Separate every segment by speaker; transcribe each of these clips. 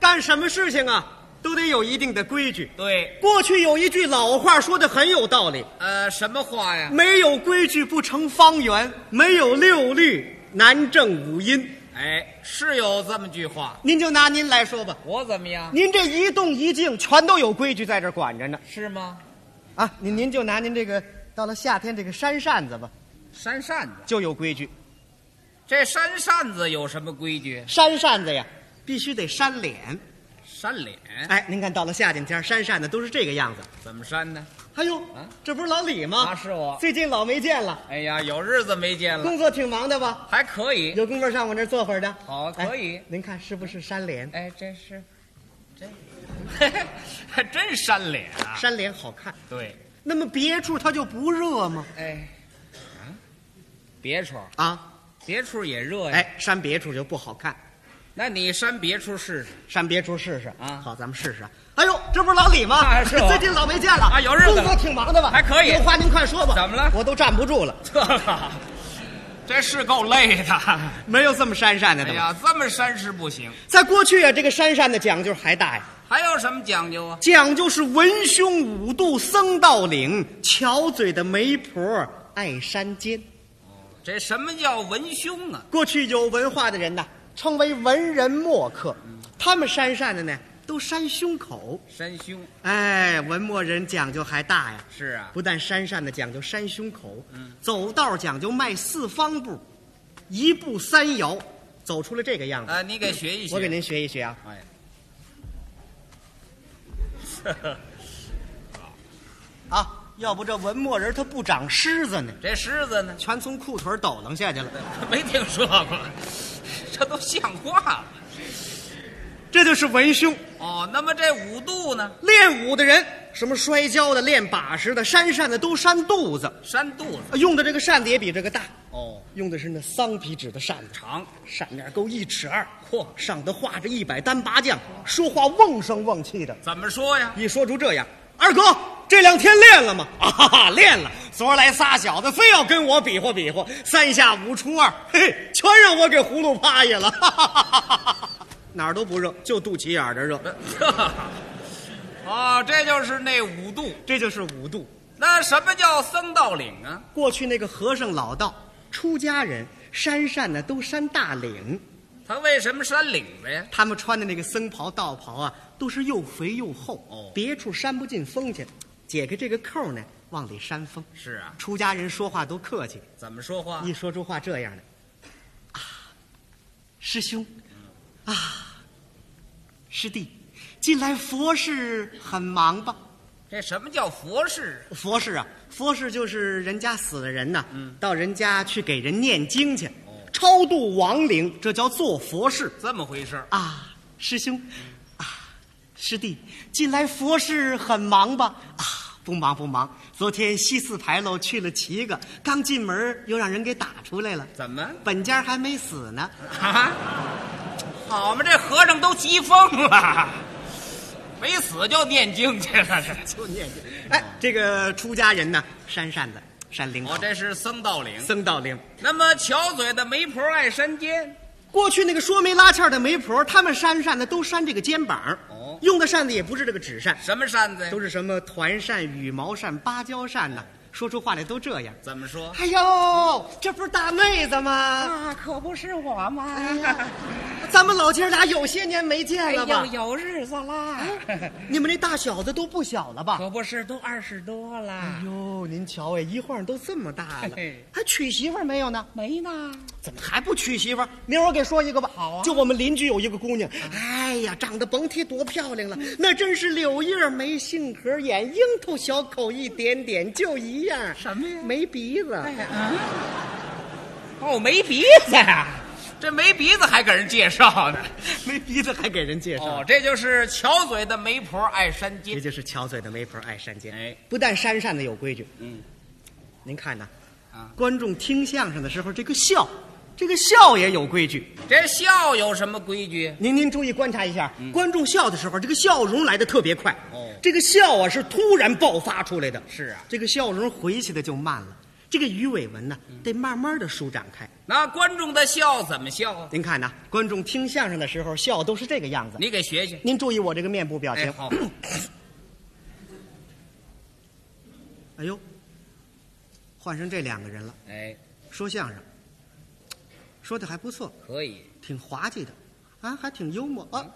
Speaker 1: 干什么事情啊，都得有一定的规矩。
Speaker 2: 对，
Speaker 1: 过去有一句老话说的很有道理：
Speaker 2: 呃，什么话呀？
Speaker 1: 没有规矩不成方圆，没有六律难正五音。
Speaker 2: 哎，是有这么句话。
Speaker 1: 您就拿您来说吧，
Speaker 2: 我怎么样？
Speaker 1: 您这一动一静全都有规矩在这儿管着呢。
Speaker 2: 是吗？
Speaker 1: 啊，您您就拿您这个到了夏天这个扇扇子吧，
Speaker 2: 扇扇子，
Speaker 1: 就有规矩。
Speaker 2: 这扇扇子有什么规矩？
Speaker 1: 扇扇子呀，必须得扇脸。
Speaker 2: 扇脸，
Speaker 1: 哎，您看到了夏天天儿扇扇子都是这个样子。
Speaker 2: 怎么扇呢？
Speaker 1: 哎呦，这不是老李吗？
Speaker 2: 啊是我
Speaker 1: 最近老没见了，
Speaker 2: 哎呀，有日子没见了，
Speaker 1: 工作挺忙的吧？
Speaker 2: 还可以。
Speaker 1: 有功夫上我那儿坐会儿的。
Speaker 2: 好可以
Speaker 1: 哎您看是不是扇脸？
Speaker 2: 哎，这是，这， 嘿嘿，还真扇脸啊。
Speaker 1: 扇脸好看，
Speaker 2: 对，
Speaker 1: 那么别处它就不热吗？
Speaker 2: 哎，啊，别处，
Speaker 1: 啊，
Speaker 2: 别处也热呀。
Speaker 1: 哎，扇别处就不好看，
Speaker 2: 那你扇别处试试。
Speaker 1: 扇别处试试
Speaker 2: 啊
Speaker 1: 好，咱们试试啊。哎呦，这不是哦老李吗？
Speaker 2: 啊是 我
Speaker 1: 最近老没见了
Speaker 2: 啊有日子了
Speaker 1: 工作挺忙的吧？
Speaker 2: 还可以
Speaker 1: 有话您快说吧。
Speaker 2: 怎么了
Speaker 1: 我都站不住了，哎
Speaker 2: 这个，这是够累的。
Speaker 1: 没有这么扇扇的
Speaker 2: 哎
Speaker 1: 的吧。
Speaker 2: 呀，这么扇是不行。
Speaker 1: 在过去啊，这个扇扇的讲究还大呀，
Speaker 2: 还有什么讲究啊？
Speaker 1: 讲究是文胸五度僧道领，巧嘴的媒婆爱山尖。
Speaker 2: 这什么叫文胸啊？
Speaker 1: 过去有文化的人呐，称为文人墨客，他们扇扇的呢，都扇胸口。
Speaker 2: 山胸
Speaker 1: 哎，文墨人讲究还大呀，
Speaker 2: 是啊，嗯
Speaker 1: 不但扇扇的讲究扇胸口，走道讲究迈四方步，一步三摇，走出了这个样子。
Speaker 2: 啊，你给学一学。
Speaker 1: 我给您学一学啊，
Speaker 2: 哎，
Speaker 1: 啊，要不这文墨人他不长虱子呢，
Speaker 2: 这狮子呢？
Speaker 1: 全从裤腿抖楞下去了。
Speaker 2: 没听说过， 这都像话吗？
Speaker 1: 这就是文胸。
Speaker 2: 哦，那么这五度呢？
Speaker 1: 练武的人，什么摔跤的、练把式的、扇扇的，都扇肚子，
Speaker 2: 扇肚子。
Speaker 1: 用的这个扇子也比这个大。
Speaker 2: 哦，
Speaker 1: 用的是那桑皮纸的扇子，
Speaker 2: 长。
Speaker 1: 扇面够一尺二，
Speaker 2: 嚯
Speaker 1: 上头画着一百单八将，说话瓮声瓮气的。
Speaker 2: 怎么说呀？
Speaker 1: 一说出这样，二哥这两天练了吗？ 啊哈哈，练了。昨儿来仨小子，非要跟我比划比划，三下五除二， 嘿嘿，全让我给葫芦趴下了。 哈哈哈哈哈哈哪儿都不热，就肚脐眼儿这热。
Speaker 2: 哦，这就是那五度。
Speaker 1: 这就是五度。
Speaker 2: 那什么叫僧道领啊？
Speaker 1: 过去那个和尚老道、出家人扇扇呢，都扇大领。
Speaker 2: 他为什么扇领子呀？
Speaker 1: 他们穿的那个僧袍、道袍啊，都是又肥又厚，
Speaker 2: 哦
Speaker 1: 别处扇不进风去。解开这个扣呢，往里扇风。
Speaker 2: 是啊，
Speaker 1: 出家人说话都客气，
Speaker 2: 怎么说话？
Speaker 1: 一说出话这样的，啊，啊师兄，啊，师弟，近来佛事很忙吧？
Speaker 2: 这什么叫佛事啊？
Speaker 1: 佛事啊，佛事就是人家死了人呐、到人家去给人念经去，超度亡灵，这叫做佛事。
Speaker 2: 这么回事儿
Speaker 1: 啊，师兄，啊，师弟，近来佛事很忙吧？啊，不忙不忙。昨天西四牌楼去了七个，刚进门又让人给打出来了。
Speaker 2: 怎么
Speaker 1: 本家还没死呢。
Speaker 2: 啊？好嘛，这和尚都急疯了，没死就念经去了。
Speaker 1: 就念经。哎，这个出家人呢，扇扇子，扇领口，
Speaker 2: 哦，这是僧道领。
Speaker 1: 僧道领。
Speaker 2: 那么巧嘴的媒婆爱山尖，
Speaker 1: 过去那个说媒拉纤的媒婆，他们扇扇的都扇这个肩膀，
Speaker 2: 哦
Speaker 1: 用的扇子也不是这个纸扇，
Speaker 2: 什么扇子呀
Speaker 1: 都？是什么团扇、羽毛扇、芭蕉扇呐、说出话来都这样。
Speaker 2: 怎么说？
Speaker 1: 哎呦，这不是大妹子吗？
Speaker 3: 啊，可不是我嘛！
Speaker 1: 哎呀，咱们老姐俩有些年没
Speaker 3: 哎
Speaker 1: 见了吧
Speaker 3: 呦，？有日子啦，
Speaker 2: 嗯
Speaker 1: 你们那大小子都不小了吧？
Speaker 3: 可不是，都二十多
Speaker 1: 哎
Speaker 3: 了，
Speaker 2: 嗯
Speaker 1: 呦，您瞧哎，一晃都这么大了
Speaker 2: 嘿嘿，
Speaker 1: 还娶媳妇儿没有呢？
Speaker 3: 没呢。
Speaker 1: 怎么还不娶媳妇儿？明儿我给说一个吧。
Speaker 3: 好啊
Speaker 1: 就我们邻居有一个姑娘，哎呀，长得甭提多漂亮了，那真是柳叶眉、杏核眼、樱桃小口一点点，就一样。
Speaker 3: 什么呀
Speaker 1: 没鼻子。
Speaker 3: 哎啊，
Speaker 2: 哦，没鼻子呀、这没鼻子还给人介绍呢。
Speaker 1: 没鼻子还给人介
Speaker 2: 哦，这就是巧嘴的媒婆爱山
Speaker 1: 这
Speaker 2: 尖。
Speaker 1: 就是巧嘴的媒婆爱扇尖。
Speaker 2: 哎，
Speaker 1: 不但扇扇的有规矩，
Speaker 2: 嗯，
Speaker 1: 您看呐，
Speaker 2: 啊
Speaker 1: 观众听相声的时候，这个笑，这个笑也有规矩。
Speaker 2: 这笑有什么规矩？
Speaker 1: 您您注意观察一下，观众笑的时候，这个笑容来的特别快。
Speaker 2: 嗯哦
Speaker 1: 这个笑啊是突然爆发出来的。
Speaker 2: 是啊
Speaker 1: 这个笑容回去的就慢了。这个鱼尾纹呢，
Speaker 2: 嗯
Speaker 1: 得慢慢的舒展开。
Speaker 2: 那观众的笑怎么笑啊？
Speaker 1: 您看呐，观众听相声的时候笑都是这个样子。
Speaker 2: 你给学学。
Speaker 1: 您注意我这个面部表
Speaker 2: 哎，
Speaker 1: 情。
Speaker 2: 好，
Speaker 1: 哎呦，换成这两个人了，
Speaker 2: 哎，
Speaker 1: 说相声，说的还不错，
Speaker 2: 可以。
Speaker 1: 挺滑稽的，啊，还挺幽默
Speaker 2: 嗯
Speaker 1: 啊。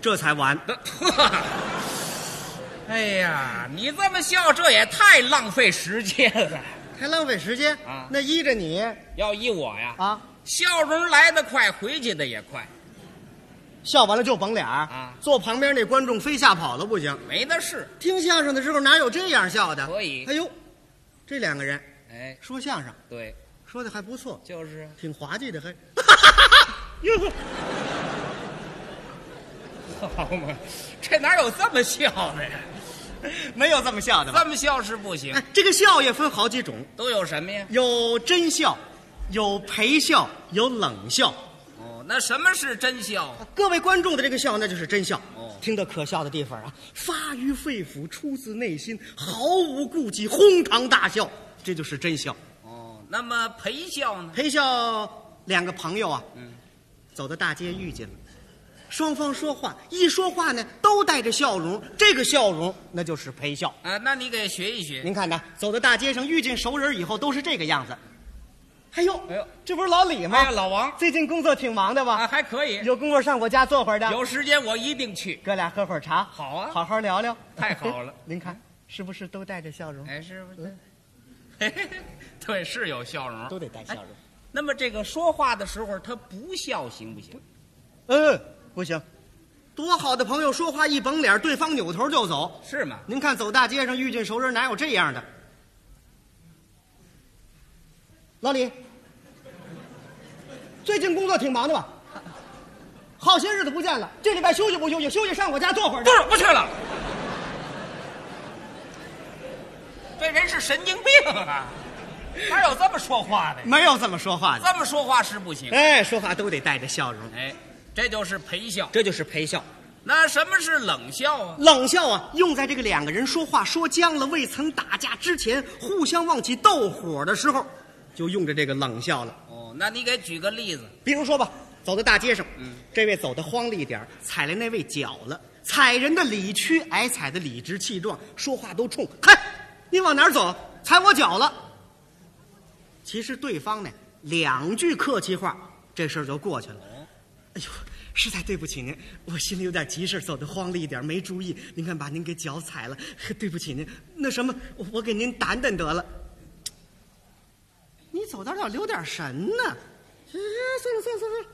Speaker 1: 这才完。
Speaker 2: 哎呀，你这么笑，这也太浪费时间了。
Speaker 1: 还浪费时间
Speaker 2: 啊
Speaker 1: 那依着你
Speaker 2: 要依我呀，
Speaker 1: 啊，
Speaker 2: 笑容来得快，回去的也快，
Speaker 1: 笑完了就绷脸儿
Speaker 2: 啊
Speaker 1: 坐旁边那观众非吓跑了不行。
Speaker 2: 没那事。
Speaker 1: 听相声的时候哪有这样笑的？
Speaker 2: 所以
Speaker 1: 哎呦，这两个人
Speaker 2: 哎，
Speaker 1: 说相声
Speaker 2: 对，
Speaker 1: 说的还不错，
Speaker 2: 就是
Speaker 1: 挺滑稽的，还
Speaker 2: 好嘛， 这哪有这么笑的呀？
Speaker 1: 没有这么笑的吧？
Speaker 2: 这么笑是不行
Speaker 1: 哎，，这个笑也分好几种，
Speaker 2: 都有什么呀？
Speaker 1: 有真笑，有陪笑，有冷笑。
Speaker 2: 哦，那什么是真笑？
Speaker 1: 各位观众的这个笑，那就是真笑。
Speaker 2: 哦
Speaker 1: 听到可笑的地方啊，发于肺腑，出自内心，毫无顾忌，哄堂大笑，这就是真笑。
Speaker 2: 哦，那么陪笑呢？
Speaker 1: 陪笑两个朋友啊，
Speaker 2: 嗯
Speaker 1: 走到大街遇见了，双方说话，一说话呢都带着笑容，这个笑容那就是陪笑。
Speaker 2: 啊，那你给学一学。
Speaker 1: 您看呐，走到大街上遇见熟人以后都是这个样子。哎呦，
Speaker 2: 哎呦
Speaker 1: 这不是老李吗？
Speaker 2: 哎呀，老王
Speaker 1: 最近工作挺忙的
Speaker 2: 啊，
Speaker 1: 吧？
Speaker 2: 还可以，
Speaker 1: 有功夫上我家坐会儿的。
Speaker 2: 有时间我一定去。
Speaker 1: 哥俩喝会儿茶。
Speaker 2: 好啊
Speaker 1: 好好聊聊。
Speaker 2: 太好了
Speaker 1: 您看，是不是都带着笑容？
Speaker 2: 哎，是不是？嘿嘿嘿对，是有笑容。
Speaker 1: 都得带笑容。
Speaker 2: 那么这个说话的时候他不笑行不行？
Speaker 1: 嗯，不行，多好的朋友说话一绷脸，对方扭头就走。
Speaker 2: 是吗？
Speaker 1: 您看，走大街上遇见熟人，哪有这样的？老李，最近工作挺忙的吧？好些日子不见了，这礼拜休息不休息？休息上我家坐会儿去
Speaker 2: 不。是，不去了。这人是神经病啊！哪有这么说话的呀？
Speaker 1: 没有这么说话的。
Speaker 2: 这么说话是不行。
Speaker 1: 哎，说话都得带着笑容，
Speaker 2: 哎，这就是陪笑。
Speaker 1: 这就是陪笑。
Speaker 2: 那什么是冷笑啊？
Speaker 1: 冷笑啊，用在这个两个人说话说僵了、未曾打架之前，互相忘起斗火的时候，就用着这个冷笑了。
Speaker 2: 哦，那你给举个例子。
Speaker 1: 比如说吧，走到大街上，这位走的慌了一点儿，踩了那位脚了，踩人的理屈，挨踩的理直气壮，说话都冲，嗨，你往哪儿走？踩我脚了。其实对方呢，两句客气话，这事儿就过去了。哎呦，实在对不起您，我心里有点急事，走的慌了一点，没注意。您看把您给脚踩了，对不起您。那什么，我我给您掸掸得了。你走道要留点神呢。哎，算了算了算了。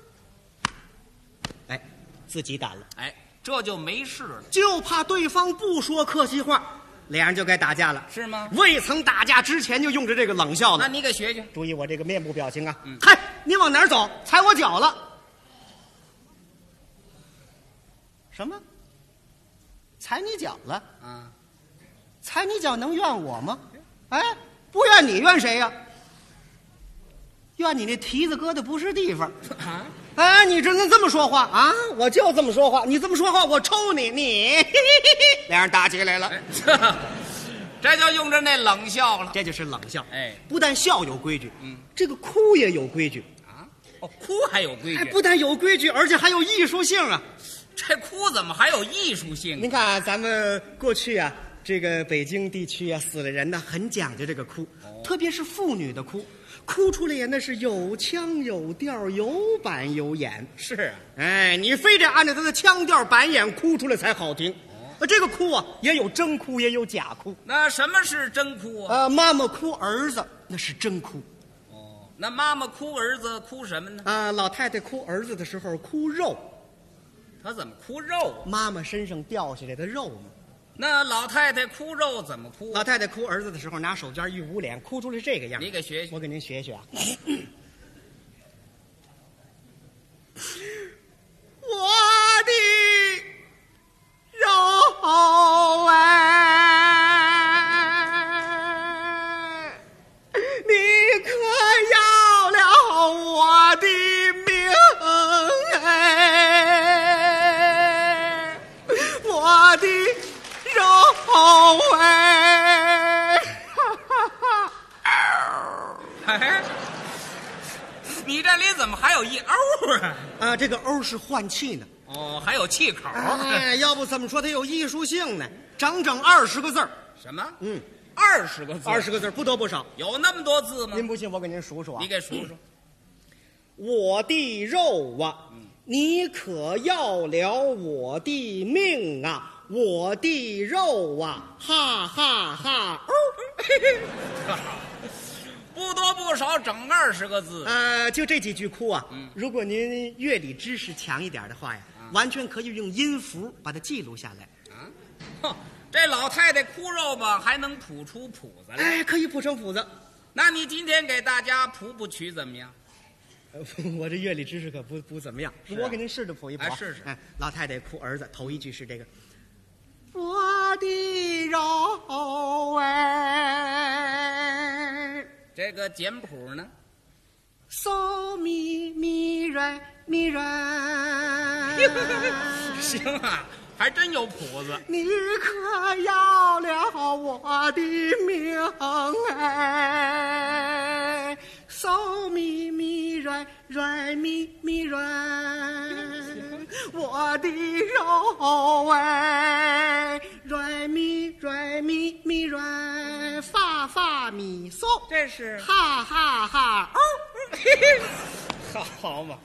Speaker 1: 哎，自己掸了，
Speaker 2: 哎，这就没事了，
Speaker 1: 就怕对方不说客气话，俩人就该打架了。
Speaker 2: 是吗？
Speaker 1: 未曾打架之前就用着这个冷笑
Speaker 2: 那
Speaker 1: 了。
Speaker 2: 你给学学。
Speaker 1: 注意我这个面部表情啊！
Speaker 2: 嗯
Speaker 1: 嗨，你往哪儿走？踩我脚了。什么？踩你脚了？
Speaker 2: 啊，
Speaker 1: 踩你脚能怨我吗？哎，不怨你，怨谁呀、怨你那蹄子搁的不是地方。
Speaker 2: 啊，
Speaker 1: 哎，你这能这么说话啊？我就这么说话，你这么说话，我抽你！你， 俩人打起来了，
Speaker 2: 哎， 这这就用着那冷笑了。
Speaker 1: 这就是冷笑。
Speaker 2: 哎，
Speaker 1: 不但笑有规矩，
Speaker 2: 嗯，
Speaker 1: 这个哭也有规矩。
Speaker 2: 啊，哦，哭还有规矩。
Speaker 1: 哎，不但有规矩，而且还有艺术性啊！
Speaker 2: 这哭怎么还有艺术性
Speaker 1: 您
Speaker 2: 呢？
Speaker 1: 看啊、咱们过去啊，这个北京地区啊，死了人呢，很讲究这个哭，特别是妇女的哭，哭出来呀，那是有腔有调，有板有眼。
Speaker 2: 是啊，
Speaker 1: 哎，你非得按照他的腔调、板眼哭出来才好听。呃，这个哭啊，也有真哭，也有假哭。
Speaker 2: 那什么是真哭啊？
Speaker 1: 呃，妈妈哭儿子那是真哭。
Speaker 2: 哦，那妈妈哭儿子哭什么呢？
Speaker 1: 啊，老太太哭儿子的时候哭肉，
Speaker 2: 她怎么哭肉啊？
Speaker 1: 妈妈身上掉下来的肉嘛。
Speaker 2: 那老太太哭肉怎么哭？啊
Speaker 1: 老太太哭儿子的时候，拿手绢一捂脸，哭出来这个样儿。
Speaker 2: 你给学学
Speaker 1: 我给您学学啊。 我的肉啊哎，你可要了我的命哎，我的啊肉哎。
Speaker 2: 哎，你这里怎么还有一欧啊？
Speaker 1: 啊，这个欧是换气呢。
Speaker 2: 哦，还有气口。啊
Speaker 1: 哎，要不怎么说它有艺术性呢？整整二十个字儿，
Speaker 2: 什么？
Speaker 1: 嗯，
Speaker 2: 二十个字，
Speaker 1: 二十个字儿不多不少。
Speaker 2: 有那么多字吗？
Speaker 1: 您不信，我给您数数啊
Speaker 2: 你。给数数。
Speaker 1: 我的肉啊，你可要了我的命啊！我的肉啊，哈哈哈！哦，
Speaker 2: 不多不少，整二十个字。
Speaker 1: 呃，就这几句哭啊。如果您乐理知识强一点的话呀，完全可以用音符把它记录下来。
Speaker 2: 啊哼，这老太太哭肉吧，还能谱出谱子来。
Speaker 1: 哎，可以谱成谱子。
Speaker 2: 那你今天给大家谱谱曲怎么样？
Speaker 1: 呃我这乐理知识可不不怎么样，
Speaker 2: 啊
Speaker 1: 我给您试着谱一谱、
Speaker 2: 哎试试
Speaker 1: 哎，老太太哭儿子，头一句是这个：“我的肉儿，
Speaker 2: 这个简谱呢？
Speaker 1: 嗦咪咪瑞咪 瑞，
Speaker 2: 行啊，还真有谱子。
Speaker 1: 你可要了我的命哎，嗦咪咪瑞瑞咪咪瑞，我的肉哎，瑞咪瑞咪咪瑞，发发咪嗦，
Speaker 3: 这是
Speaker 1: 哈哈哈哦，
Speaker 2: 哦 好嘛，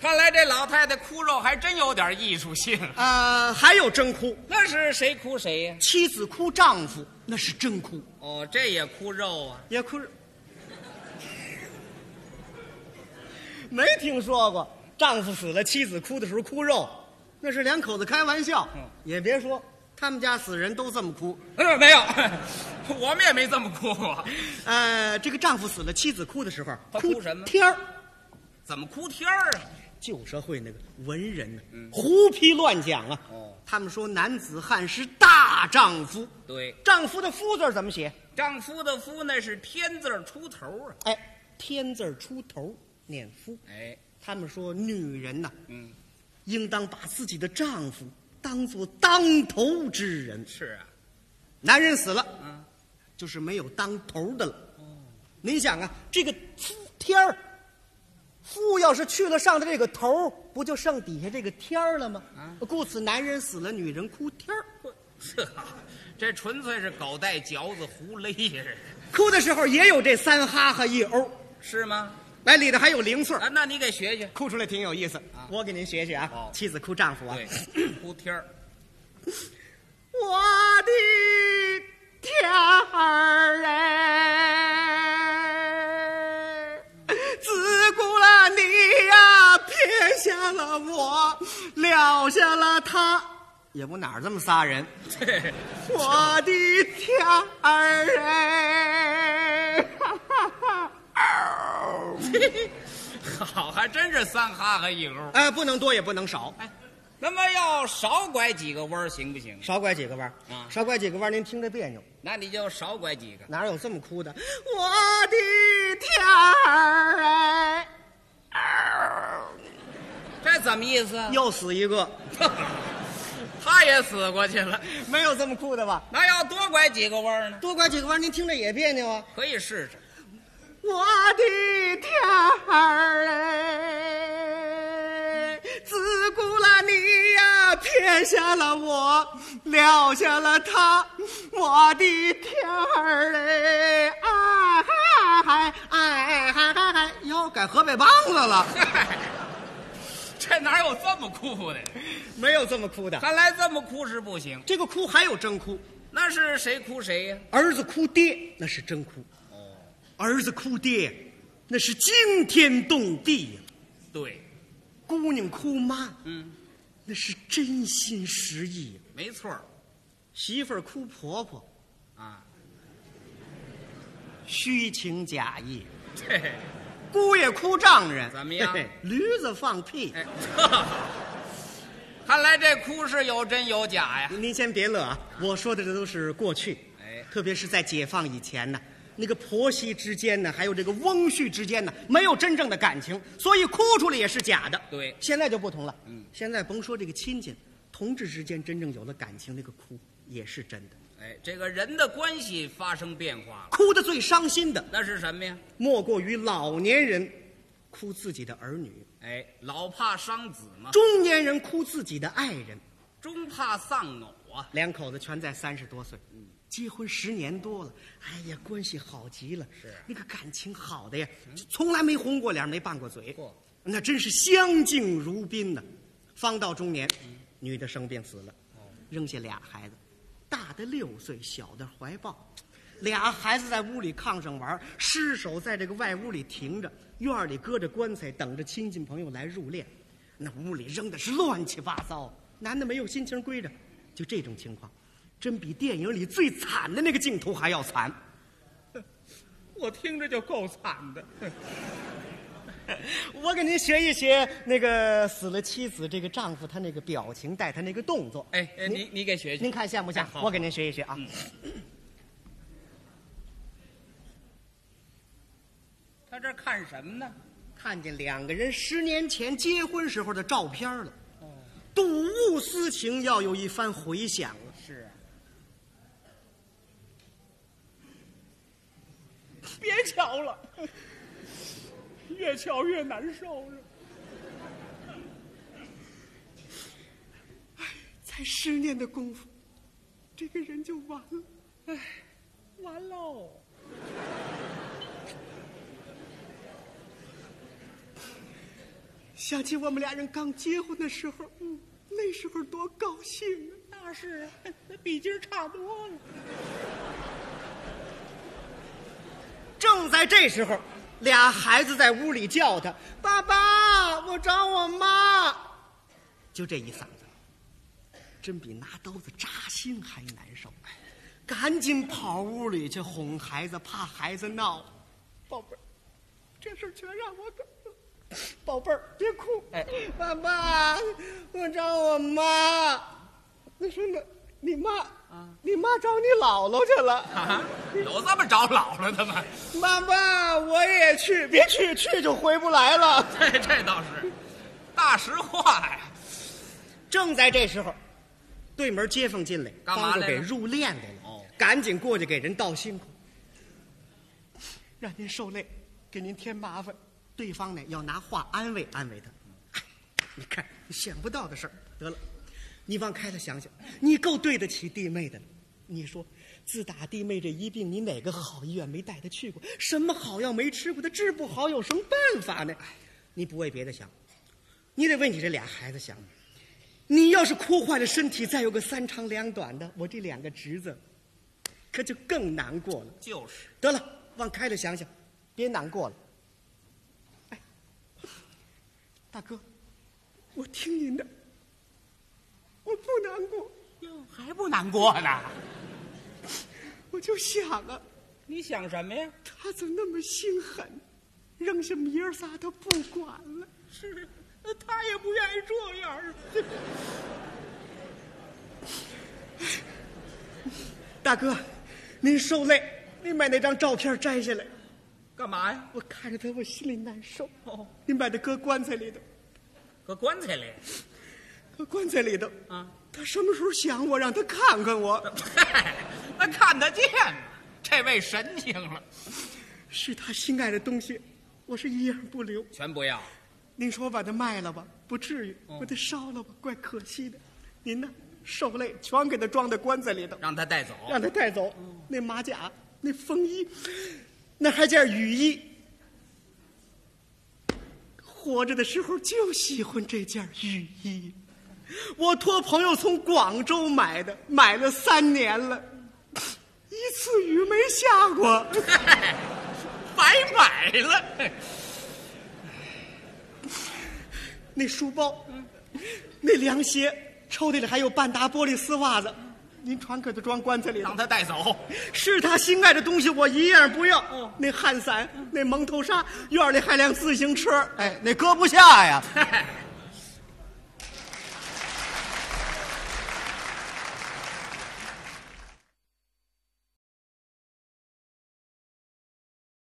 Speaker 2: 看来这老太太哭肉还真有点艺术性。
Speaker 1: 呃，还有真哭，
Speaker 2: 那是谁哭谁呀、
Speaker 1: 妻子哭丈夫那是真哭，
Speaker 2: 哦，这也哭肉啊。
Speaker 1: 也哭， 没听说过丈夫死了，妻子哭的时候哭肉，那是两口子开玩笑。也别说他们家死人都这么哭。
Speaker 2: 嗯， 没有， 我们也没这么啊哭过。
Speaker 1: 呃，这个丈夫死了，妻子哭的时候，
Speaker 2: 她哭什么
Speaker 1: 天儿，
Speaker 2: 怎么哭天儿啊？
Speaker 1: 旧社会那个文人呢、胡批乱讲啊。
Speaker 2: 嗯哦
Speaker 1: 他们说男子汉是大丈夫，
Speaker 2: 对，
Speaker 1: 丈夫的夫字儿怎么写？
Speaker 2: 丈夫的夫那是天字儿出头啊。
Speaker 1: 哎，天字儿出头念夫。
Speaker 2: 哎，
Speaker 1: 他们说女人呐、
Speaker 2: 嗯，
Speaker 1: 应当把自己的丈夫当做当头之人。
Speaker 2: 是啊，
Speaker 1: 男人死了，
Speaker 2: 嗯，哦
Speaker 1: 就是没有当头的了。您想啊，这个夫天儿，夫要是去了上的这个头儿，不就剩底下这个天儿了吗？
Speaker 2: 啊
Speaker 1: 故此，男人死了，女人哭天儿。
Speaker 2: 这啊这纯粹是狗带嚼子胡勒呀，
Speaker 1: 哭的时候也有这三哈哈一
Speaker 2: 嗯
Speaker 1: 欧，
Speaker 2: 是吗？
Speaker 1: 来里头还有零碎儿
Speaker 2: 啊，那你给学学。
Speaker 1: 哭出来挺有意思。我给您学学啊，
Speaker 2: 好
Speaker 1: 妻子哭丈夫啊。
Speaker 2: 哦对，哭天儿。
Speaker 1: 我的天儿哎，自古了你呀、撇下了我，撂下了他，也不哪儿这么仨人。
Speaker 2: 对
Speaker 1: 我的天儿哎，哈哈哈嗷
Speaker 2: 好，还真是三哈哈一勾。
Speaker 1: 哎，不能多也不能少，
Speaker 2: 哎，那么要少拐几个弯儿行不行？
Speaker 1: 少拐几个弯儿
Speaker 2: 啊
Speaker 1: 少拐几个弯儿您听着别扭。
Speaker 2: 那你就少拐几个。
Speaker 1: 哪有这么哭的？我的天儿哎，
Speaker 2: 这怎么意思？啊
Speaker 1: 又死一个，
Speaker 2: 他也死过去了，
Speaker 1: 没有这么哭的吧？
Speaker 2: 那要多拐几个弯儿呢？
Speaker 1: 多拐几个弯，您听着也别扭啊。
Speaker 2: 可以试试。
Speaker 1: 我的天儿啊哎，自古了你呀、撇下了我，撂下了他，我的天儿哎，啊嗨嗨哎嗨嗨嗨，哟，改河北梆子了，
Speaker 2: 这哪有这么哭的？
Speaker 1: 没有这么哭的。
Speaker 2: 看来这么哭是不行。
Speaker 1: 这个哭还有真哭。
Speaker 2: 那是谁哭谁呀、
Speaker 1: 儿子哭爹那是真哭，儿子哭爹那是惊天动地呀、
Speaker 2: 对，
Speaker 1: 姑娘哭妈
Speaker 2: 嗯，
Speaker 1: 那是真心实意呀、
Speaker 2: 没错儿
Speaker 1: 媳妇儿哭婆婆，
Speaker 2: 啊，
Speaker 1: 虚情假意；
Speaker 2: 这
Speaker 1: 姑爷哭丈人，
Speaker 2: 怎么样
Speaker 1: 嘿嘿驴子放屁。
Speaker 2: 哎， 呵，看来这哭是有真有假呀。
Speaker 1: 您先别乐啊，我说的这都是过去，
Speaker 2: 哎
Speaker 1: 特别是在解放以前呢，那个婆媳之间呢，还有这个翁婿之间呢，没有真正的感情，所以哭出来也是假的。
Speaker 2: 对
Speaker 1: 现在就不同了，嗯，现在甭说这个亲戚，同志之间真正有了感情，那个哭也是真的，
Speaker 2: 哎，这个人的关系发生变化了，
Speaker 1: 哭的最伤心的，
Speaker 2: 那是什么呀？
Speaker 1: 莫过于老年人哭自己的儿女，
Speaker 2: 哎，老怕伤子嘛，
Speaker 1: 中年人哭自己的爱人，
Speaker 2: 终怕丧偶啊。
Speaker 1: 两口子全在三十多岁，结婚十年多了，哎呀，关系好极了，
Speaker 2: 是啊
Speaker 1: 那个感情好的呀，从来没红过脸，没拌过嘴
Speaker 2: 嚯，
Speaker 1: 那真是相敬如宾呐。方到中年，女的生病死了，扔下俩孩子，大的六岁，小的怀抱。俩孩子在屋里炕上玩，尸首在这个外屋里停着，院儿里搁着棺材，等着亲戚朋友来入殓。那屋里扔的是乱七八糟，男的没有心情归着，就这种情况，真比电影里最惨的那个镜头还要惨。
Speaker 2: 我听着就够惨的。
Speaker 1: 我给您学一学那个死了妻子这个丈夫他那个表情带他那个动作。
Speaker 2: 哎，哎你你给学学
Speaker 1: 您。看像不像
Speaker 2: 哎？好
Speaker 1: 我给您学一学啊。
Speaker 2: 他这看什么呢？
Speaker 1: 看见两个人十年前结婚时候的照片了，睹物思情，要有一番回响了。
Speaker 2: 是啊，
Speaker 3: 别瞧了，越瞧越难受了。
Speaker 1: 才十年的功夫，这个人就完了。
Speaker 3: 完喽，
Speaker 1: 想起我们俩人刚结婚的时候，嗯，那时候多高兴啊！
Speaker 3: 那是啊那比今儿差多了。
Speaker 1: 正在这时候，俩孩子在屋里叫他：“爸爸，我找我妈。”就这一嗓子，真比拿刀子扎心还难受。赶紧跑屋里去哄孩子，怕孩子闹。宝贝儿，这事儿全让我干了。宝贝儿，别哭。
Speaker 2: 哎
Speaker 1: 爸爸，我找我妈。那什么，你妈啊，你妈找你姥姥去了。
Speaker 2: 啊，有这么找姥姥的吗？
Speaker 1: 妈妈，我也去，别去，去就回不来了。
Speaker 2: 这这倒是，大实话呀。
Speaker 1: 正在这时候，对门街坊进来，
Speaker 2: 干嘛
Speaker 1: 帮着
Speaker 2: 来
Speaker 1: 给
Speaker 2: 了
Speaker 1: 入殓来了，
Speaker 2: 哦
Speaker 1: 赶紧过去给人道辛苦，让您受累，给您添麻烦。对方呢要拿话安慰安慰他，哎你看你想不到的事儿，得了，你往开了想想，你够对得起弟妹的了。你说，自打弟妹这一病，你哪个好医院没带她去过？什么好药没吃过？她治不好，有什么办法呢？哎你不为别的想，你得为你这俩孩子想。你要是哭坏了身体，再有个三长两短的，我这两个侄子可就更难过了。
Speaker 2: 就是，
Speaker 1: 得了，往开了想想，别难过了。哎，大哥，我听您的，我不难过，
Speaker 2: 还不难过呢？
Speaker 1: 我就想啊，
Speaker 2: 你想什么呀？
Speaker 1: 他怎么那么心狠，扔下明儿仨他不管了。
Speaker 2: 是，他也不愿意这样。
Speaker 1: 大哥，您受累，您把那张照片摘下来，
Speaker 2: 干嘛呀？
Speaker 1: 我看着他，我心里难受。
Speaker 2: 哦，
Speaker 1: 您把它搁棺材里头。
Speaker 2: 搁棺材里
Speaker 1: 搁棺材里头。
Speaker 2: 啊？
Speaker 1: 他什么时候想我，让他看看我，
Speaker 2: 嗨， 那看得见吗？这位神情了，
Speaker 1: 是他心爱的东西，我是一样不留。
Speaker 2: 全不要。
Speaker 1: 您说我把它卖了吧，不至于；我得烧了吧，怪可惜的。您呢，受累，全给他装在棺材里头，
Speaker 2: 让他带走。
Speaker 1: 让他带走。那马甲，那风衣，那还件雨衣。活着的时候就喜欢这件雨衣，我托朋友从广州买的，买了三年了，一次雨没下过。
Speaker 2: 白买了，
Speaker 1: 那书包，那凉鞋，抽屉里还有半打玻璃丝袜子，您船可就装棺材里了
Speaker 2: 让。他带走。
Speaker 1: 是他心爱的东西，我一样不要。那汗伞，那蒙头纱，院里还辆自行车，哎，那搁不下呀。